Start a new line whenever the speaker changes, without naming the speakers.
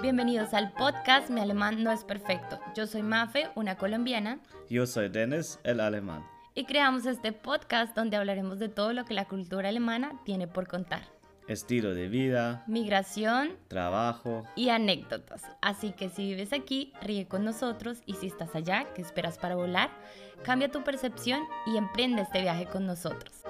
Bienvenidos al podcast Mi alemán no es perfecto. Yo soy Mafe, una colombiana,
Yo soy Dennis, el alemán.
y creamos este podcast donde hablaremos de todo lo que la cultura alemana tiene por contar.
Estilo de vida,
Migración
trabajo.
y anécdotas. Así que si vives aquí, ríe con nosotros y si estás allá, ¿qué esperas para volar? Cambia tu percepción y emprende este viaje con nosotros.